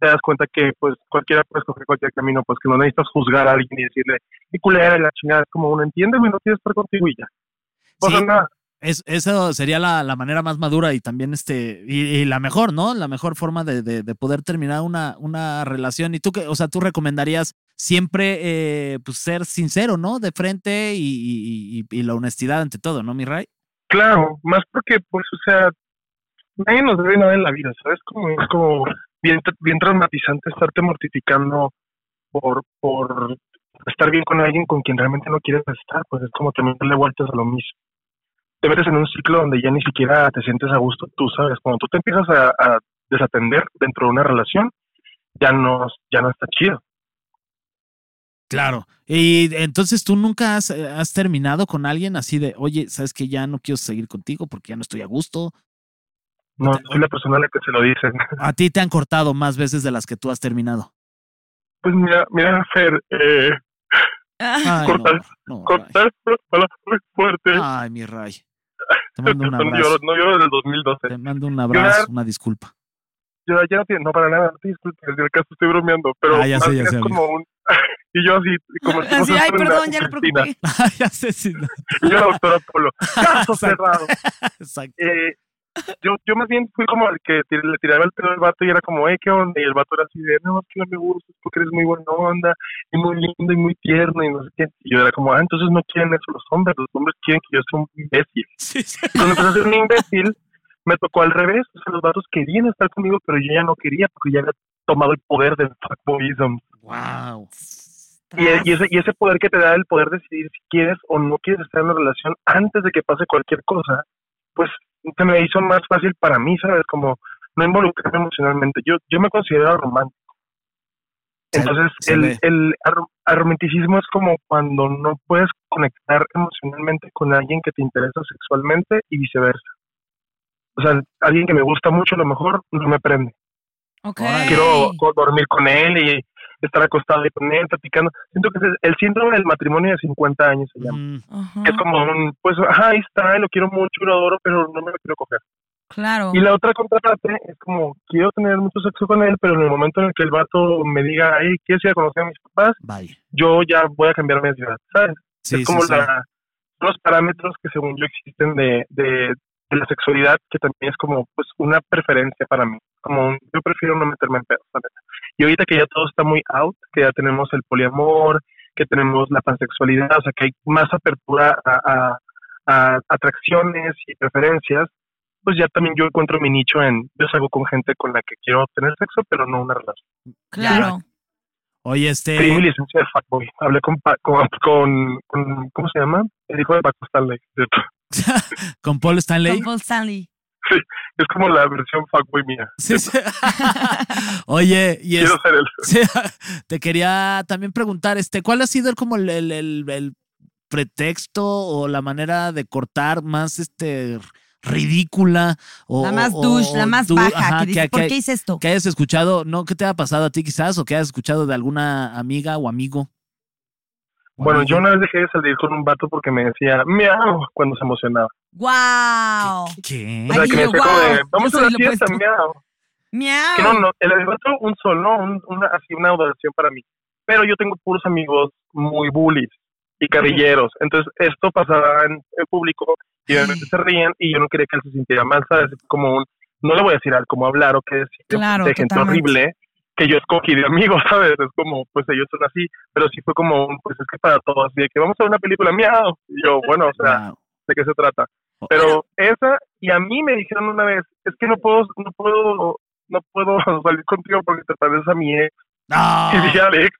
D: te das cuenta que pues cualquiera puede escoger cualquier camino, pues que no necesitas juzgar a alguien y decirle, qué culera y la chingada, es como uno entiende, no quieres estar contigo y ya. No pasa
B: Sí.
D: nada.
B: Es, esa sería la, la manera más madura y también este, y, y la mejor, ¿no? La mejor forma de, de- de poder terminar una, una relación. Y tú que, o sea, tú recomendarías siempre eh, pues, ser sincero, ¿no? De frente y, y- y- y la honestidad ante todo, ¿no, mi Ray?
D: Claro, más porque pues, o sea, nadie nos debe nada en la vida, ¿sabes? Como, es como bien, tra- bien traumatizante estarte mortificando por, por estar bien con alguien con quien realmente no quieres estar, pues es como también darle vueltas a lo mismo. Te metes en un ciclo donde ya ni siquiera te sientes a gusto, tú sabes, cuando tú te empiezas a, a desatender dentro de una relación, ya no, ya no está chido.
B: Claro. Y entonces tú nunca has, eh, has terminado con alguien así de, oye, sabes que ya no quiero seguir contigo porque ya no estoy a gusto.
D: No, soy la persona a la que se lo dicen.
B: A ti te han cortado más veces de las que tú has terminado.
D: Pues mira, mira, Fer, eh,
C: Ah,
B: Ay, no,
D: Cortar-
B: no, Ray.
D: cortar fue una palabra muy fuerte.
B: Ay, mi Ray. Te mando un
D: Yo no
B: abrazo.
D: lloro, no lloro desde el 2012.
B: Te mando un abrazo, una disculpa.
D: Yo ya no tiene, no para nada, no te disculpes, en el caso estoy bromeando, pero
B: Ah, ya sé,
D: más
B: ya
D: bien
B: sé,
D: es como un... y yo así, como estamos
C: Así, ay,
D: en una
C: perdón, ya lo
D: oficina,
C: preocupé.
B: Ah, ya sé si no.
D: Y yo la doctora Polo, caso cerrado.
B: Exacto.
D: Eh, yo, yo más bien fui como el que tir- le tiraba el pelo al vato y era como, eh, ¿qué onda? Y el vato era así de, no, es que no me gustas porque eres muy buena onda y muy lindo y muy tierno y no sé qué. Y yo era como, ah, entonces no quieren eso los hombres, los hombres quieren que yo sea un imbécil.
B: Sí, sí.
D: cuando empecé a ser un imbécil, me tocó al revés. O sea, los vatos querían estar conmigo, pero yo ya no quería porque ya había tomado el poder del fuckboyism.
B: Wow.
D: Y, e- y ese, y ese poder que te da el poder de decidir si quieres o no quieres estar en una relación antes de que pase cualquier cosa, pues se me hizo más fácil para mí, ¿sabes? Como no involucrarme emocionalmente. Yo, yo me considero romántico.
B: Se-
D: Entonces,
B: se ve.
D: el, el arro- arromanticismo es como cuando no puedes conectar emocionalmente con alguien que te interesa sexualmente y viceversa. O sea, alguien que me gusta mucho, a lo mejor no me prende.
C: Ok.
B: Órale.
D: Quiero co- dormir con él y estar acostada y con él, platicando. Siento que es el síndrome del matrimonio de 50 años se llama.
B: Mm,
C: Ajá.
D: Que es como un, pues, ajá, ahí está, lo quiero mucho, lo adoro, pero no me lo quiero coger.
C: Claro.
D: Y la otra contraparte es como, quiero tener mucho sexo con él, pero en el momento en el que el vato me diga, hey, ¿quieres ir a conocer a mis papás?
B: vaya.
D: Yo ya voy a cambiarme de ciudad, ¿sabes?
B: Sí,
D: es como
B: sí, sí.
D: la- los parámetros que según yo existen de, de, de la sexualidad, que también es como pues una preferencia para mí. Como un- yo prefiero no meterme en pedos. la neta. Y ahorita que ya todo está muy out, que ya tenemos el poliamor, que tenemos la pansexualidad, o sea que hay más apertura a, a- a atracciones y preferencias, pues ya también yo encuentro mi nicho en, yo salgo con gente con la que quiero tener sexo, pero no una relación.
C: Claro.
B: Oye, este.
D: Pedí mi licencia de fuckboy. Hablé con, Pa- con, con, con- ¿cómo se llama? El hijo de Paco Stanley.
B: Con Paul Stanley.
C: Con Paul Stanley.
D: Es como la versión fuckboy mía.
B: Sí, sí. Oye, y es-
D: Quiero ser él.
B: sí, te quería también preguntar, este, ¿cuál ha sido el, como el, el- el- el pretexto o la manera de cortar más este ridícula o
C: La más
B: o-
C: douche, la
B: o
C: más
B: du-
C: baja.
B: ajá,
C: que dices, ¿Por
B: que-
C: qué hice esto?
B: que hayas escuchado, no, que te haya pasado a ti quizás o que hayas escuchado de alguna amiga o amigo. O
D: Bueno,
B: amiga.
D: yo una vez dejé de salir con un vato porque me decía miau cuando se emocionaba.
C: ¡Guau!
B: ¿Qué?
D: O sea,
C: Ay,
D: que me
C: yo,
D: decía como de,
C: guau,
D: vamos
C: yo
D: a la
C: soy lo
D: fiesta,
C: opuesto.
D: miau.
C: ¡Miau!
D: Que no, no, el el vato un solo, un, una, así una adoración para mí. Pero yo tengo puros amigos muy bullies y carrilleros. Entonces, esto pasaba en, en público y obviamente se rían y yo no quería que él se sintiera mal, ¿sabes? Es Como un, no le voy a decir al cómo hablar o qué decir
C: Claro,
D: de gente
C: totalmente.
D: horrible que yo escogí de amigos, ¿sabes? Es como, pues ellos son así, pero sí fue como, un, pues es que para todos, así de que vamos a ver una película, miau. Y yo, bueno, o sea,
B: Wow.
D: de qué se trata. Pero esa, y a mí me dijeron una vez, es que no puedo, no puedo, no puedo salir contigo porque te pareces a mi ex.
B: No.
D: Y vi a Alex,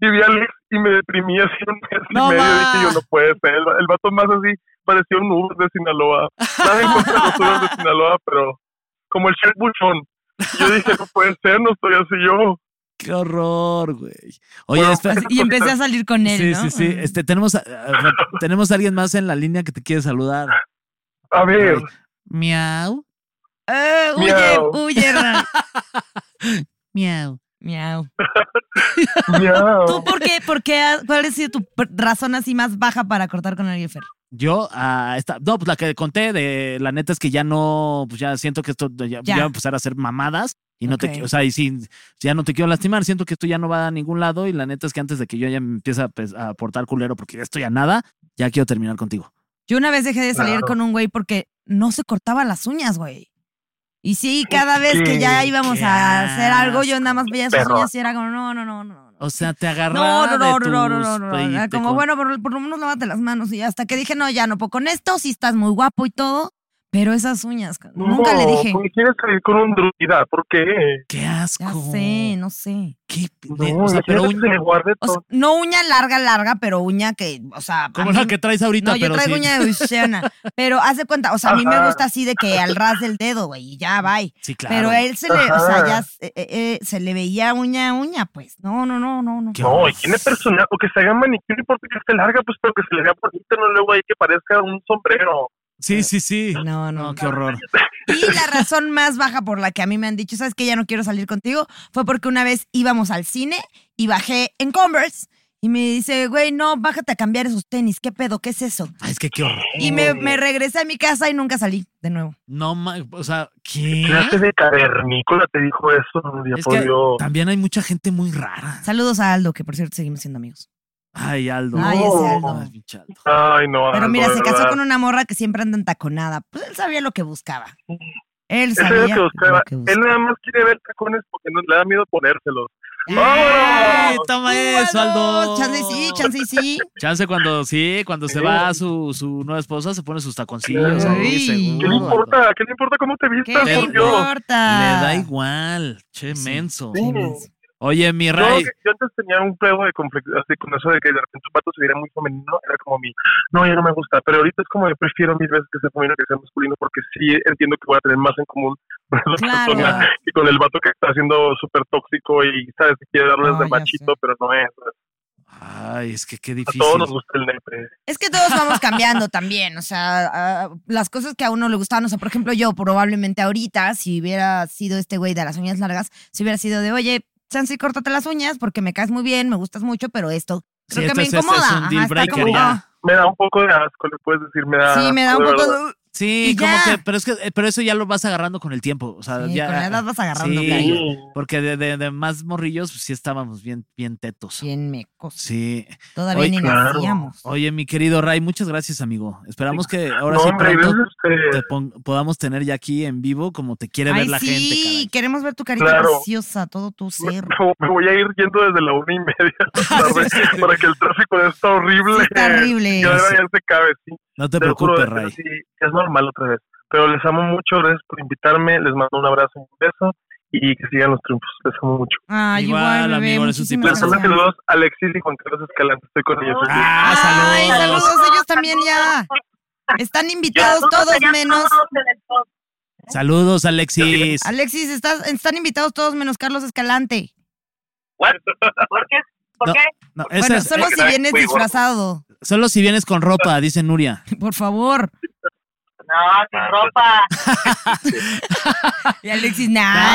D: y vi a Alex, y me deprimí así un mes
B: No
D: y medio,
B: más.
D: dije yo no puede ser, el, va- el vato más así parecía un Uber de Sinaloa. Nada en contra de los Ubers de Sinaloa, pero como el Shell Buchón. Yo dije, no puede ser, no estoy así yo.
B: Qué horror, güey. Oye,
D: Bueno,
B: espera.
C: Y empecé a salir con él,
B: Sí,
C: ¿no?
B: sí, sí.
C: Ajá.
B: Este, tenemos, a- a- tenemos a alguien más en la línea que te quiere saludar.
D: A ver,
B: Miau,
C: Eh,
D: Miau.
C: huye, huye, Hernán.
B: miau.
C: Miau.
D: miau.
C: ¿Tú por qué? por qué has- ¿Cuál ha sido tu per- razón así más baja para cortar con alguien, Fer?
B: Yo, ah, esta, no, pues la que conté de la neta es que ya no, pues ya siento que esto ya,
C: Ya.
B: ya va a empezar a hacer mamadas y no te
C: Ok.
B: quiero, o sea, y si, si ya no te quiero lastimar, siento que esto ya no va a ningún lado y la neta es que antes de que yo ya me empiece a, pues, a portar culero porque ya estoy a nada, ya quiero terminar contigo.
C: Yo una vez dejé de salir
D: Claro.
C: con un güey porque no se cortaba las uñas, güey. Y sí, cada vez que ya
D: Qué
C: íbamos a hacer algo, yo nada más veía sus
D: Perro.
C: uñas y era como, no, no, no, no. no.
B: O sea, te
C: No,
B: agarraba
C: no,
B: de
C: no, no, no, no,
B: tus
C: no, no, no.
B: pe- y
C: Era
B: te
C: Como,
B: con-
C: bueno, por, por lo menos lávate las manos. Y hasta que dije, no, ya no puedo con esto, sí estás muy guapo y todo. Pero esas uñas, ca- nunca le
D: No,
C: dije.
D: ¿por qué quieres salir con un druida? ¿Por qué?
B: Qué
C: Ya
B: asco.
C: sé, no sé.
B: Qué- de-
D: No,
B: o sea, pero
D: imagínate
B: un-
D: que se le guarde
C: O sea,
D: todo.
C: no uña larga, larga, pero uña que, o sea. a
B: como
C: mí-
B: la que traes ahorita,
C: No, yo
B: pero
C: traigo
B: sí.
C: uña de Luciana. pero hace cuenta, o sea, a mí me
D: Ajá.
C: gusta así de que al ras del dedo, güey, y ya, bye.
B: Sí, claro.
C: Pero a él se le, o sea,
D: Ajá.
C: ya se- eh, eh, se le veía uña a uña, pues. No, no, no, no, no.
B: Qué
D: No,
B: horror.
D: y tiene personal, o que se haga manicure porque esté larga, pues pero que se le vea bonito, no luego ahí que parezca un sombrero.
B: Sí, sí, sí.
C: No, no,
B: No, qué horror.
C: Y la razón más baja por la que a mí me han dicho, ¿sabes que Ya no quiero salir contigo, fue porque una vez íbamos al cine y bajé en Converse y me dice, güey, no, bájate a cambiar esos tenis, ¿qué pedo? ¿Qué es eso?
B: Ay, es que qué horror.
C: Y me,
D: Oh.
C: me regresé a mi casa y nunca salí de nuevo.
B: No, ma- o sea, ¿qué?
D: Clase de cavernícola te dijo eso, ya
B: Es
D: por
B: que
D: Dios.
B: también hay mucha gente muy rara.
C: Saludos a Aldo, que por cierto seguimos siendo amigos.
B: Ay, Aldo.
C: Ay,
D: ese
C: Aldo.
B: Ay, pinche Aldo.
D: Ay, no.
C: Pero
D: Aldo,
C: mira,
D: de
C: se casó
D: verdad.
C: con una morra que siempre anda en taconada. Pues él sabía lo que buscaba. Él
D: Ese es el
C: sabía
D: que buscaba.
C: lo que
D: Él
C: buscaba.
D: nada más quiere ver tacones porque no, le da miedo ponérselos.
C: ¡Ah!
B: Ay, toma eso, Aldo.
C: Chance y sí, chance y sí.
B: Chance cuando sí, cuando se
D: Sí.
B: va su, su nueva esposa, se pone sus taconcillos ahí,
C: Sí.
B: seguro.
D: ¿Qué le
B: Aldo.
D: importa? ¿Qué le importa cómo te
C: ¿Qué
D: vistas,
C: le
D: por Dios?
C: importa?
B: Le da igual. Che, menso.
D: Sí.
B: Oye, mi
D: Yo,
B: Ray.
D: yo antes tenía un juego de conflicto, así con eso de que de repente un pato se viera muy femenino, era como mi, no, ya no me gusta, pero ahorita es como yo prefiero mil veces que sea femenino que sea masculino, porque sí entiendo que voy a tener más en común con esa
C: Claro.
D: persona y con el vato que está siendo súper tóxico y sabes que quiere darles
C: No,
D: de
C: ya
D: machito,
C: sé.
D: pero no es. A
B: Ay, es que qué
D: todos
B: difícil.
D: nos gusta el nepe.
C: Es que todos vamos cambiando también, o sea, ah, las cosas que a uno le gustaban, o sea, por ejemplo, yo probablemente ahorita, si hubiera sido este güey de las uñas largas, si hubiera sido de, oye, chance y córtate las uñas porque me caes muy bien, me gustas mucho, pero esto creo
B: Sí,
C: que me
B: esto es- esto es
C: incomoda.
B: un
C: Ajá,
B: deal
C: está
B: breaker
C: como,
B: ya.
C: ah,
D: Me da un poco de asco, le puedes decir, me da
C: sí, me da
D: asco,
C: un
D: de
C: poco... uh,
D: verdad.
B: Sí,
C: Y
B: como
C: ya.
B: que, pero es que, eh, pero eso ya lo vas agarrando con el tiempo. O sea,
C: Sí,
B: ya.
C: con la edad vas agarrando
B: Sí.
C: gallo.
B: Porque de, de- de más morrillos, pues sí estábamos bien, bien tetos.
C: Bien mecos.
B: Sí.
C: Todavía
B: Oye,
C: ni
D: claro.
C: nacíamos.
B: Oye, mi querido Ray, muchas gracias, amigo. Esperamos que ahora
D: no,
B: sí
D: hombre,
B: pronto
D: gracias a ustedes.
B: te pon- podamos tener ya aquí en vivo como te quiere ver
C: Ay,
B: la
C: sí,
B: gente, caray.
C: queremos ver tu carita
D: Claro.
C: preciosa, todo tu
D: Me,
C: ser.
D: me voy a ir yendo desde la una y media de la tarde para que el tráfico de esta
C: Sí,
D: horrible.
C: está horrible.
D: Ya,
B: sé.
D: ya se cabe, sí.
B: No te
D: Te lo juro,
B: preocupes,
D: pero
B: Ray.
D: sí, es normal otra vez. Pero les amo mucho, gracias por invitarme, les mando un abrazo, un beso y que sigan los triunfos. Les amo mucho.
C: Ay,
B: Igual,
C: igual, bebé,
B: amigo, eres un
C: muchísimas
D: Les
B: tipazo.
D: mando
C: gracias.
D: saludos a Alexis y Juan Carlos Escalante, estoy con ellos.
B: Ah,
C: Ay,
B: saludos.
C: saludos, ellos también ya. Están invitados todos menos.
B: Saludos, Alexis.
C: Alexis, estás, están invitados todos menos Carlos Escalante.
E: ¿Por qué? ¿Por
B: No.
E: qué?
B: No, esa
C: Bueno,
B: es-
C: solo si
D: eh,
C: vienes
D: muy guapo.
C: disfrazado,
B: solo si vienes con ropa, dice Nuria.
C: por favor.
E: No, sin ropa.
C: Y Alexis, nah,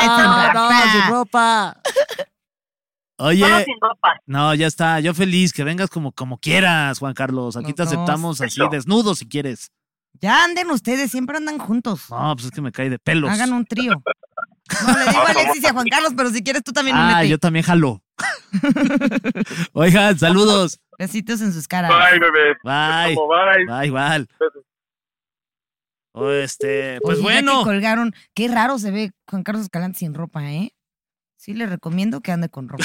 B: no,
C: está guapa.
B: sin ropa.
E: Solo
D: Ah,
B: Oye,
E: sin ropa.
B: no, ya está. Yo feliz que vengas como, como quieras, Juan Carlos. Aquí
C: Los
B: te
C: dos.
B: aceptamos así,
D: Eso.
B: desnudo si quieres.
C: Ya anden ustedes, siempre andan juntos.
B: No, pues es que me cae de pelos.
C: Hagan un trío. No, le digo a Alexis y a Juan Carlos, pero si quieres tú también me
B: Ah, yo también jalo. Oigan, saludos.
C: Besitos en sus caras.
D: Bye, bebé.
B: Bye.
D: Como bye.
B: Bye, igual. O este, pues
C: Oye, ya
B: bueno.
C: que colgaron, qué raro se ve Juan Carlos Escalante sin ropa, ¿eh? Sí, le recomiendo que ande con ropa.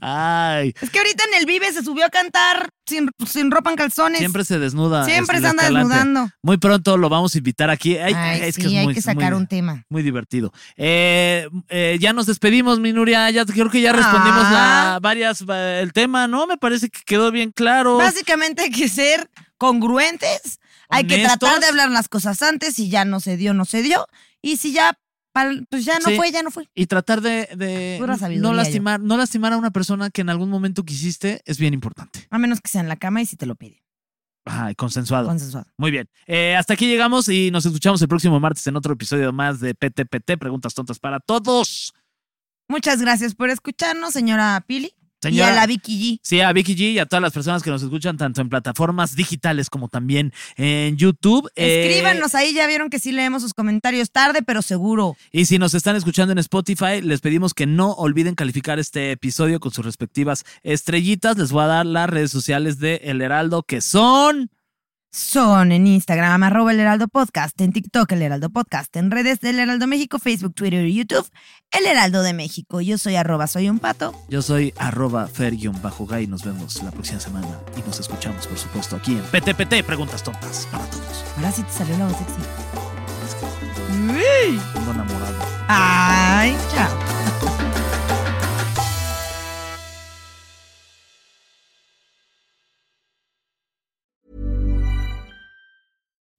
B: Ay,
C: es que ahorita en el Vive se subió a cantar sin, sin ropa en calzones.
B: siempre se desnuda. este,
C: Siempre se
B: la
C: anda
B: Escalante.
C: desnudando.
B: Muy pronto lo vamos a invitar aquí. Ay,
C: Ay,
B: es
C: sí,
B: que es
C: hay
B: muy,
C: que sacar
B: muy-
C: un tema.
B: muy divertido. Eh, eh, ya nos despedimos, mi Nuria. Ya creo que ya respondimos la,
C: Ah.
B: varias eh, el tema, ¿no? Me parece que quedó bien claro.
C: Básicamente hay que ser congruentes, hay que tratar
B: Honestos.
C: de hablar las cosas antes, si ya no se dio, no se dio, y si ya, pal- pues ya no
B: Sí.
C: fue, ya no fue.
B: Y tratar de, de
C: Pura
B: no
C: sabiduría,
B: lastimar, no lastimar a una persona que en algún momento quisiste es bien importante.
C: A menos que sea en la cama y si te lo pide.
B: Ajá, y consensuado.
C: Consensuado.
B: Muy bien. Eh, hasta aquí llegamos y nos escuchamos el próximo martes en otro episodio más de PTPT, Preguntas Tontas para Todos.
C: Muchas gracias por escucharnos, señora Pili.
B: Señora.
C: Y a la Vicky G.
B: Sí, a Vicky G y a todas las personas que nos escuchan tanto en plataformas digitales como también en YouTube. Eh,
C: Escríbanos ahí, ya vieron que sí leemos sus comentarios tarde, pero seguro.
B: Y si nos están escuchando en Spotify, les pedimos que no olviden calificar este episodio con sus respectivas estrellitas. Les voy a dar las redes sociales de El Heraldo, que son...
C: Son en Instagram, arroba el Heraldo Podcast, en TikTok el Heraldo Podcast, en redes del Heraldo México, Facebook, Twitter y YouTube, el Heraldo de México. Yo soy arroba soy un pato.
B: Yo soy arroba fer-bajo y nos vemos la próxima semana. Y nos escuchamos, por supuesto, aquí en PTPT, Preguntas Tontas para Todos.
C: Ahora sí te salió la voz sexy.
B: Tengo enamorado.
C: Ay, chao.